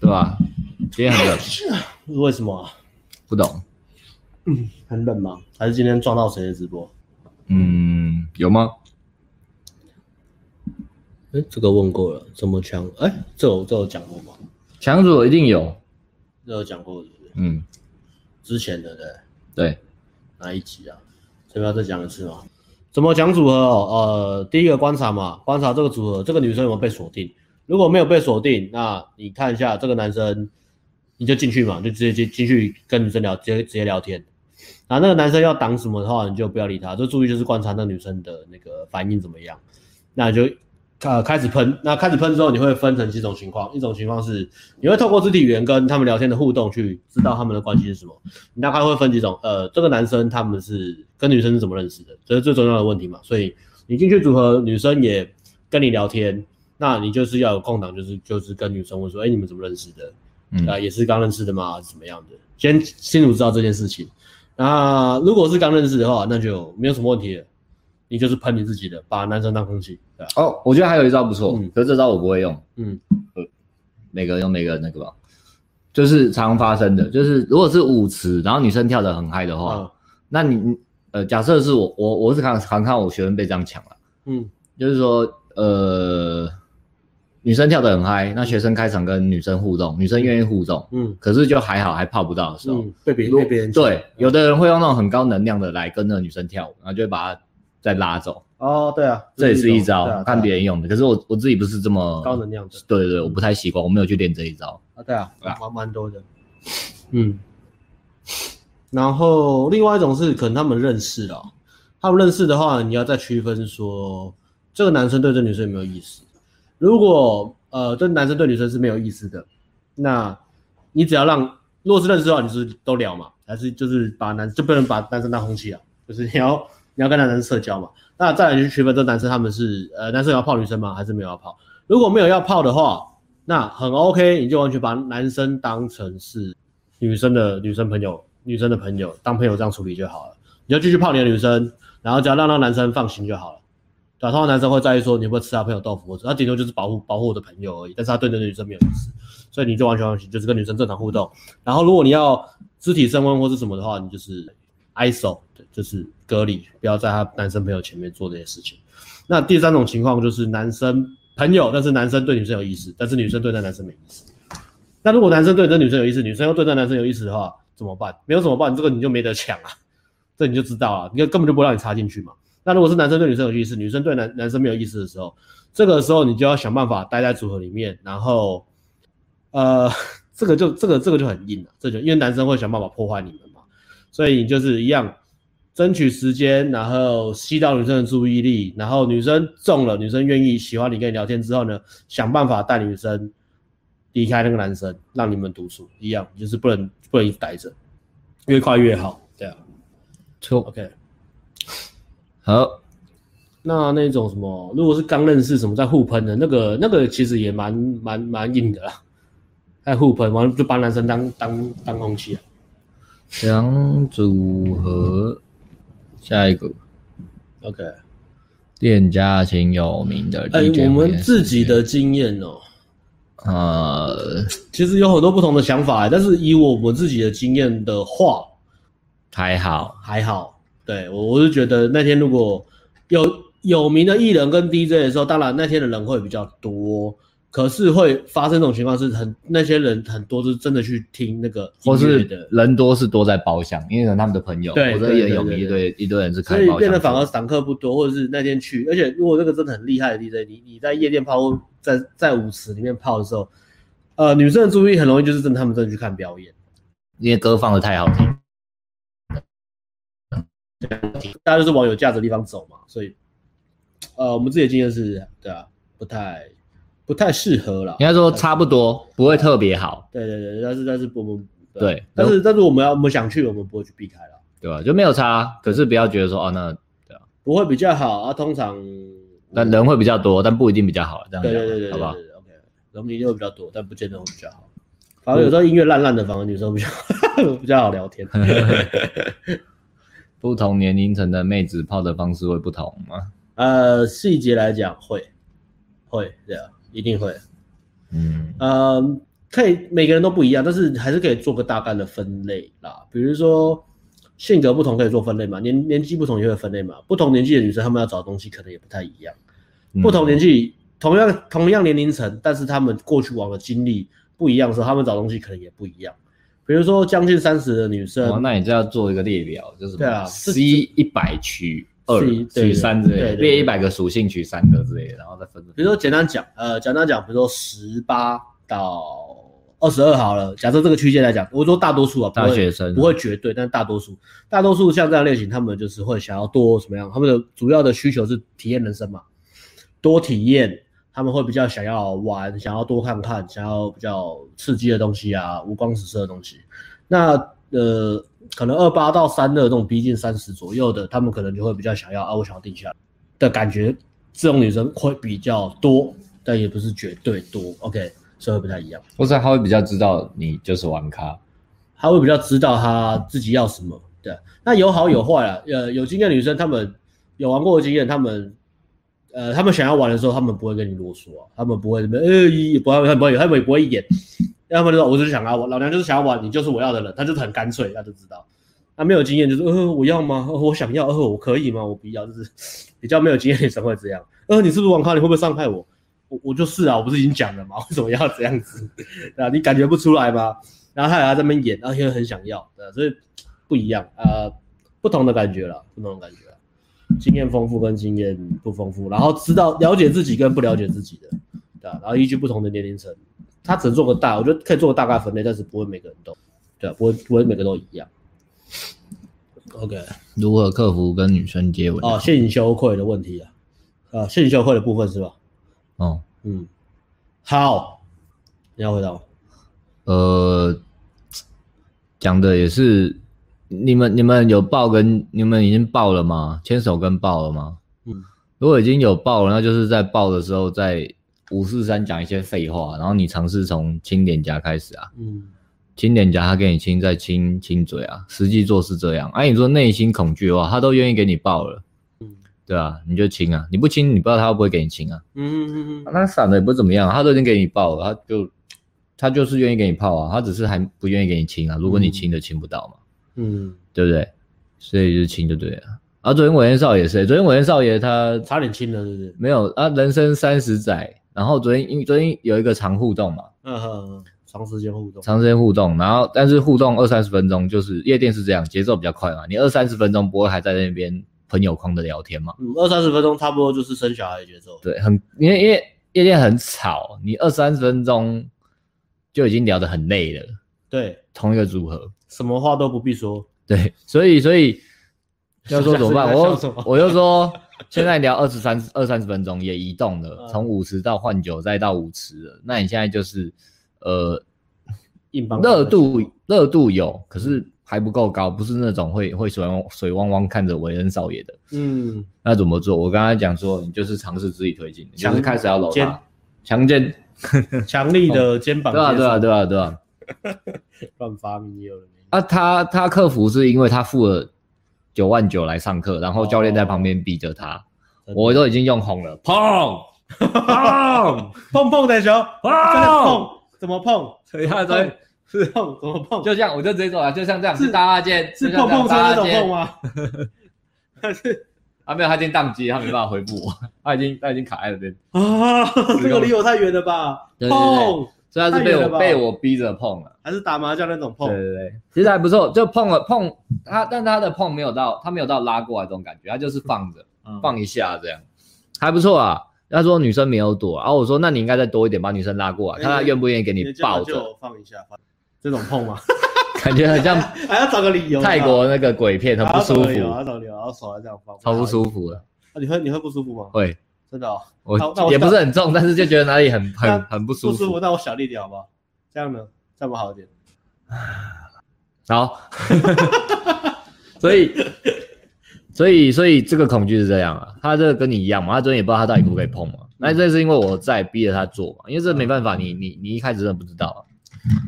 对吧？今天很冷，
为什么啊？
不懂，
很冷吗？还是今天撞到谁的直播？
嗯，有吗？
哎，这个问过了，怎么强？哎，这有这有讲过吗？
强主一定有，
这有讲过是不是？
嗯，
之前的对不对，
对。
哪一集啊？这边要再讲一次吗？怎么讲组合哦？呃，第一个观察嘛，观察这个组合，这个女生有没有被锁定？如果没有被锁定，那你看一下这个男生，你就进去嘛，就直接进进去跟女生聊，直接直接聊天。然后那个男生要挡什么的话，你就不要理他，就注意就是观察那女生的那个反应怎么样。那你就呃开始喷，那开始喷之后，你会分成几种情况，一种情况是你会透过肢体语言跟他们聊天的互动去知道他们的关系是什么。你大概会分几种，呃，这个男生他们是跟女生是怎么认识的，这是最重要的问题嘛。所以你进去组合，女生也跟你聊天，那你就是要有空档，就是就是跟女生问说，哎、你们怎么认识的？
嗯
啊、也是刚认识的吗？还是怎么样的？先清楚知道这件事情。那如果是刚认识的话，那就没有什么问题了，你就是喷你自己的，把男生当空气，对吧？
哦，我觉得还有一招不错，
嗯
可是这招我不会用。呃
嗯，
每个人用每个人那个吧，就是常发生的，就是如果是舞池，然后女生跳得很嗨的话，
啊，
那你你呃，假设是我我我是常常看我学生被这样抢了，
嗯
就是说呃，女生跳得很嗨，那学生开场跟女生互动，女生愿意互动，
嗯
可是就还好还泡不到的时候，
嗯，被别
哦如
被别人
对，有的人会用那种很高能量的来跟那个女生跳舞，然后就会把她再拉走，
哦，对啊，
这也是一
对啊对
招
啊
看别人用的，可是我我自己不是这么
高能量的
对对对，我不太习惯，我没有去练这一招。
啊，对啊，
对啊
蛮蛮多的，嗯。然后另外一种是可能他们认识了，他们认识的话，你要再区分说这个男生对这女生有没有意思。如果呃这男生对女生是没有意思的，那你只要让如果是认识的话，你就是都聊嘛，还是就是把男就不能把男生当空气啊，就是你要你要跟男生社交嘛。那再来去区分这男生他们是呃男生有要泡女生吗？还是没有要泡？如果没有要泡的话，那很 OK，你就完全把男生当成是女生的女生朋友，女生的朋友当朋友这样处理就好了。你就继续泡你的女生，然后只要让那男生放心就好了。对啊，通常男生会在意说你会不会吃他朋友豆腐，或者他顶多就是保护保护我的朋友而已，但是他对那个女生没有意思，所以你就完全放心，就是跟女生正常互动。然后如果你要肢体升温或是什么的话，你就是 ISO，对就是隔离，不要在他男生朋友前面做这些事情。那第三种情况就是男生朋友，但是男生对女生有意思，但是女生对那男生没意思。那如果男生对这女生有意思，女生又对这男生有意思的话，怎么办？没有怎么办？这个你就没得抢啊，这你就知道啊，你根本就不会让你插进去嘛。那如果是男生对女生有意思，女生对男男生没有意思的时候，啊这个时候你就要想办法待在组合里面，然后，呃，这个就这个这个就很硬了、这就因为男生会想办法破坏你们嘛，所以你就是一样争取时间，然后吸到女生的注意力，然后女生中了，女生愿意喜欢你跟你聊天之后呢，想办法带女生离开那个男生，让你们独处，一样就是不能不能一直待着，越快越好，对啊
错，
，OK。
好，
那那种什么，如果是刚认识什么在互喷的那个，那个其实也蛮蛮蛮硬的啦，在互喷完了就把男生当当当空气啊。
两组合，下一个
OK，
店家请有名的
哎、
意见
我
或者
们
是
自己的经验哦、
呃
其实有很多不同的想法、但是以我们自己的经验的话，
还好，
还好。对我我是觉得那天如果有有名的艺人跟 DJ 的时候，当然那天的人会比较多，可是会发生这种情况是很那些人很多是真的去听那个
或
音乐
是
的。
人多是多在包厢，因为有他们的朋友，
对
或者
对
也
对
有
对
一
对
堆一堆人是开
所以
包厢，
变得反而散客不多，或者是那天去，而且如果那个真的很厉害的 DJ，你你在夜店泡或在在舞池里面泡的时候，呃，女生的注意力很容易就是真的他们真的去看表演，
因为歌放的太好听，
大家就是往有价值的地方走嘛，所以，呃，我们自己的经验是，对啊，不太不太适合啦。
应该说差不多，不会特别好，
对对对，但是但是我们啊
对
但是但是我们要我们想去，我们不会去避开了，
对吧？就没有差，可是不要觉得说哦，那
不会比较好啊。通常
那人会比较多，但不一定比较好，这样
对
讲
对对对，
好不好？
对对对？OK，人一定会比较多，但不见得会比较好。反正有时候音乐烂烂的，反而女生比较比较 好聊天。
不同年龄层的妹子泡的方式会不同吗？
呃，细节来讲会会对啊，一定会。
嗯，
呃，可以每个人都不一样，但是还是可以做个大概的分类啦。比如说性格不同可以做分类嘛，年年纪不同也会分类嘛。不同年纪的女生，她们要找的东西可能也不太一样。
嗯
不同年纪，同样同样年龄层，但是他们过去往的经历不一样的时候，他们找东西可能也不一样。比如说将近三十的女
嗯，哦
生，
那你就要做一个列表，就是
对啊这
C 一百取二
C- 对
取三之类
对
的，
对对
列一百个属性取三个之类的，然后再分。
比如说简单讲，呃，简单讲，比如说十八到二十二好了，假设这个区间来讲，我说大多数啊，不会
大学生
不会绝对，但大多数，大多数像这样类型，他们就是会想要多什么样？他们的主要的需求是体验人生嘛，多体验，他们会比较想要玩，想要多看看，想要比较刺激的东西啊，五光十色的东西。那呃，可能二八到三的这种逼近三十左右的，他们可能就会比较想要啊，我想要定下来的感觉，这种女生会比较多，但也不是绝对多。OK，所以会不太一样，
或者他会比较知道你就是玩咖，
她会比较知道她自己要什么。对，啊那有好有坏啊。呃，有经验的女生，她们有玩过的经验，她们。呃，她们想要玩的时候，她们不会跟你啰嗦、啊，她们不会什么，呃，也不会，她们不会，她们也不会演，要么就说我就是想要玩，老娘就是想要玩，你就是我要的人，她就是很干脆，她就知道。他没有经验，就是呃我要吗？呃我想要，呃我可以吗？我不要，就是比较没有经验的人会这样。呃，你是不是网咖？你会不会伤害我？我我就是啊，我不是已经讲了吗？为什么要这样子？啊，你感觉不出来吗？然后他还在那啊边演，然后又很想要，对、啊，所以不一样啊、呃不同的感觉了，不同的感觉啦经验丰富跟经验不丰富，然后知道了解自己跟不了解自己的，对、啊，然后依据不同的年龄层，他只能做个大，我觉得可以做个大概分类，但是不会每个人都，对、啊，不会不会每个都一样。OK，
如何克服跟女生接吻？
哦，性羞愧的问题啊，啊，性羞愧的部分是吧？
哦，
嗯，好，你要回答我。
呃，讲的也是，你们你们有抱跟你们已经抱了吗？牵手跟抱了吗？
嗯，
如果已经有抱了，那就是在抱的时候在五四三讲一些废话，然后你尝试从亲脸颊开始啊，
嗯，
亲脸颊他给你亲，再啊亲亲嘴啊，实际做是这样。哎、你说内心恐惧的话，他都愿意给你抱了。
嗯
对啊，你就亲啊，你不亲，你不知道他会不会给你亲啊。
嗯嗯嗯嗯，
那闪的也不怎么样，他都已经给你抱了，他就他就是愿意给你泡啊，他只是还不愿意给你亲啊。如果你亲的亲不到嘛，
嗯，
对不对？所以就是亲就对了。啊，昨天伟恩少爷是，昨天伟恩少爷他
差点亲了，是不是？
没有啊，人生三十载，然后昨天因为昨天有一个长互动嘛，
嗯哼，长时间互动，
长时间互动，然后但是互动二三十分钟，就是夜店是这样，节奏比较快嘛，你二三十分钟不会还在那边朋友框的聊天嘛？
嗯，二三十分钟差不多就是生小孩的节奏。
对，很因为因为夜店很吵，你二三十分钟就已经聊得很累了，
对，
同一个组合，
什么话都不必说。
对，所以所以要说怎 么办？
想想
我
说
我就说现在聊二十三二三十分钟也移动了
嗯，
从五十到换酒再到五十了，那你现在就是呃
硬邦邦的
热度热度有，可是还不够高，不是那种会会水汪水汪汪看着韦恩少爷的。
嗯，
那怎么做？我刚才讲说，你就是尝试自己推进，你就
强
是开始要搂
奸
他，强奸，
强力的肩膀
对啊，
接
对啊，
触，
对啊，对啊。
乱发明也有人没
啊，他他克服是因为他付了九万九来上课，然后教练在旁边逼着他，
哦真的
我都已经用红了，砰 砰，
碰碰的球，
哇
真的碰，怎么碰？
所以他在
是碰怎么碰？
就像我就直接走啊，就像这样
是
是搭肩，
是
就像
碰碰
这样
车那
搭
种
肩
碰吗？ 还是
啊，没有，他已经宕机，他没办法回复我， 他已经他已经卡在那边，
啊？这个离我太远了吧？
对对对
碰
所以他是
太
被
远了
我
吧
被我逼着碰了。
还是打麻将那种
对
碰？
对对，其实还不错，就碰了碰他，但他的碰没有到，他没有到拉过来这种感觉，他就是放着
嗯
放一下这样，还不错啊。他说女生没有躲，然、啊后我说那你应该再多一点，把女生拉过来，
哎
看她愿不愿意给你
这样
抱
就
着，
放一下，放这种 碰吗？
感 觉很像
还要找个理由？
泰国那个鬼片，很不舒
还要找理由还
服，
要找理由，然后手还这样放，
超不舒
服。
服的。
啊你会你会不舒服吗？
会，
真的哦，
我
那那我
也不是很重，但是就觉得哪里很很很不舒
不舒服。
服。
那我小力点好不好？这样呢，这样不好一点。
好， 所以所以所以这个恐惧是这样啊，他这个跟你一样嘛，他昨天也不知道他到底可不可以碰嘛。那这是因为我在逼着他做嘛，因为这没办法，你你你一开始真的不知道啊。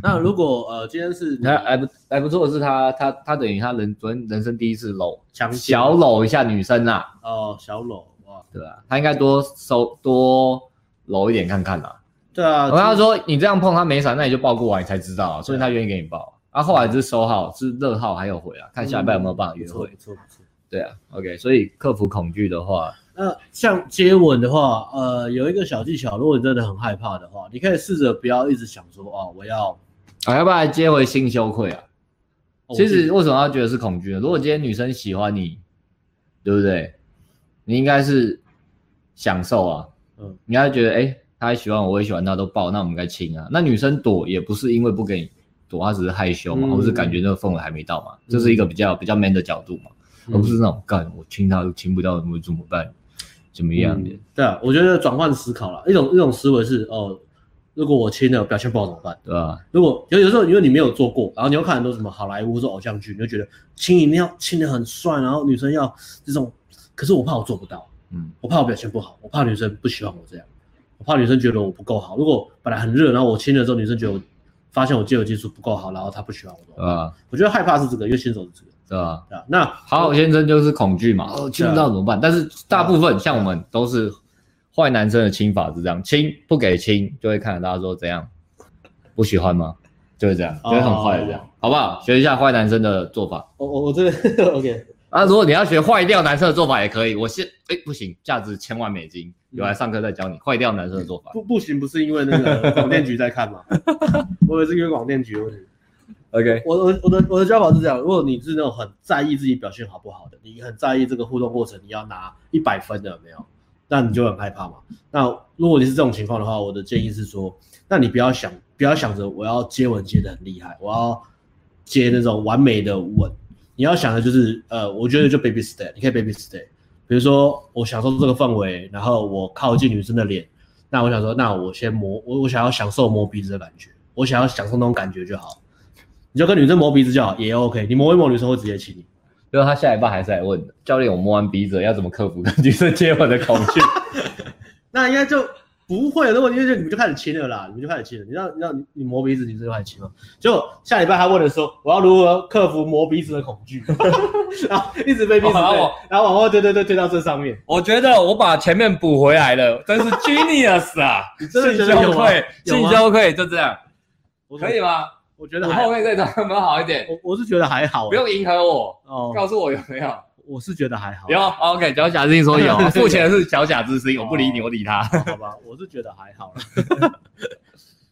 那如果呃今天是你
那嗯还不还不错的是他他他等于他人昨天人生第一次搂
强奸
小搂一下女生啊，
哦小搂哇，
对吧、他应该多收多搂一点看看啦。
对啊，
我跟他说你这样碰他没闪，那你就抱过来，你才知道啊，所以他愿意给你抱。啊，后来就是收号，是热号还有回啊，看下一拜有没有办法约
不
会。
错不错不错。
对啊，OK，所以克服恐惧的话，
那像接吻的话，呃，有一个小技巧，如果你真的很害怕的话，你可以试着不要一直想说哦，我要。
啊，要不然接回性羞愧啊。
哦
其实为什么要觉得是恐惧呢？如果今天女生喜欢你，对不对？你应该是享受啊，
嗯
嗯，你应该觉得哎、诶她也喜欢我，我也喜欢她，都抱，那我们该亲啊。那女生躲也不是因为不给你躲，她只是害羞嘛，
嗯
或是感觉那个氛围还没到嘛，这是一个比较比较 man 的角度嘛，
嗯
而不是那种干我亲她又亲不到，我怎么办？怎么样的？
嗯对啊，我觉得转换思考了，一种一种思维是哦，如果我亲了表现不好怎么办？
对吧？
如果有有时候因为你没有做过，然后你又看很多什么好莱坞或者偶像剧，你就觉得亲一定要亲的很帅，然后女生要这种，可是我怕我做不到，
嗯，
我怕我表现不好，我怕女生不喜欢我这样，我怕女生觉得我不够好。如果本来很热，然后我亲了之后，女生觉得我发现我肌肉技术不够好，然后她不喜欢我怎么
对
办，
吧？
我觉得害怕是这个，因为新手是这个，
对吧？
对啊。那
好好先生就是恐惧嘛，哦，亲不到怎么办？但是大部分像我们都是坏男生的亲法是这样，亲不给亲就会看着大家说怎样，不喜欢吗？就会这样，就会很坏的这样，好不好？学一下坏男生的做法
我我我这个哦 OK，
啊！如果你要学坏掉男生的做法也可以，我先哎不行，价值千万美金，有来上课再教你坏掉男生的做法。
不不行，不是因为那个广电局在看嘛， 我也是因为广电局的问题。
嗯 OK，
我我我的我的教法是这样：如果你是那种很在意自己表现好不好的，你很在意这个互动过程，你要拿一百分的有没有，那你就很害怕嘛。那如果你是这种情况的话，我的建议是说，那你不要想不要想着我要接吻接的很厉害，我要接那种完美的吻，你要想的就是呃，我觉得就 baby step，你可以 baby step，比如说我享受这个氛围，然后我靠近女生的脸，那我想说，那我先摸我我想要享受摸鼻子的感觉，我想要享受那种感觉就好。你就跟女生磨鼻子就好，也 OK。你磨一磨，女生会直接亲你。
就是他下一半还是来问教练，我摸完鼻子要怎么克服跟女生接吻的恐惧？
那应该就不会有那问题，就你们就开始亲了啦，你们就开始亲了。你让让你你磨鼻子，你们就开始亲了。就下礼拜他问的时候，我要如何克服磨鼻子的恐惧？ 然后一直被鼻子
哦
推
哦，
然后往后推推推推到最上面。
我觉得我把前面补回来了，真是 genius 啊！
你真的
信
觉得有
羞
吗？
愧，
有
信
吗
羞愧，就这样，
我
可以？吗？
我觉
你
得还
后面这段有没有好一点？
我我是觉得还好，
不用迎合我，
哦，
告诉我有没有？
我是觉得还好，
有，OK，小贾之心说有，啊 付钱的是小贾之心，我不理你，
哦
我理他。
好吧，我是觉得还好了。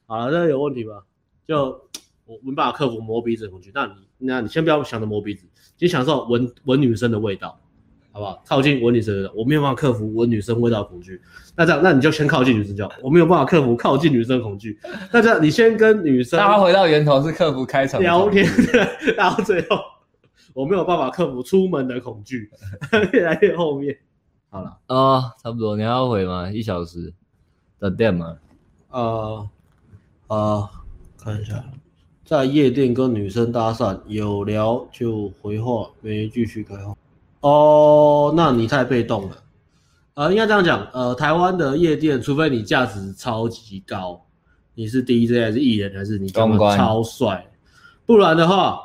好了，那有问题吧？就我没办法克服磨鼻子的恐惧，那你那你先不要想着磨鼻子，先享受闻闻女生的味道，好不好？靠近闻女生的味道，我没有办法克服闻女生味道的恐惧。那这样，那你就先靠近女生就好，我没有办法克服靠近女生的恐惧。那这样，你先跟女生
大家回到源头是克服开场
聊天， 然后最后我没有办法克服出门的恐惧， 越来越后面。好了，
哦，差不多，你还要回吗？一小时啊的店吗？
呃呃，看一下，在夜店跟女生搭讪，有聊就回话，没继续开话。哦，那你太被动了。呃，应该这样讲，呃，台湾的夜店，除非你价值超级高，你是 DJ 还是艺人，还是你干嘛
公关
超帅，不然的话，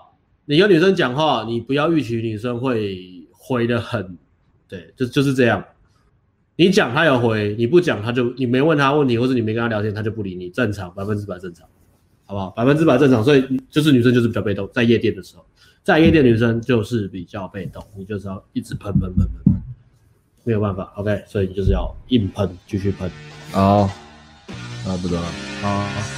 你跟女生讲话，你不要预期女生会回的很，对，就就是这样。你讲她有回，你不讲她就你没问她问题，或者你没跟她聊天，她就不理你，正常，百分之百正常，好不好？百分之百正常，所以你就是女生就是比较被动，在夜店的时候，在夜店女生就是比较被动，你就是要一直喷喷喷喷喷，没有办法，OK，所以你就是要硬喷，继续喷，
哦
好，差不多了。
好。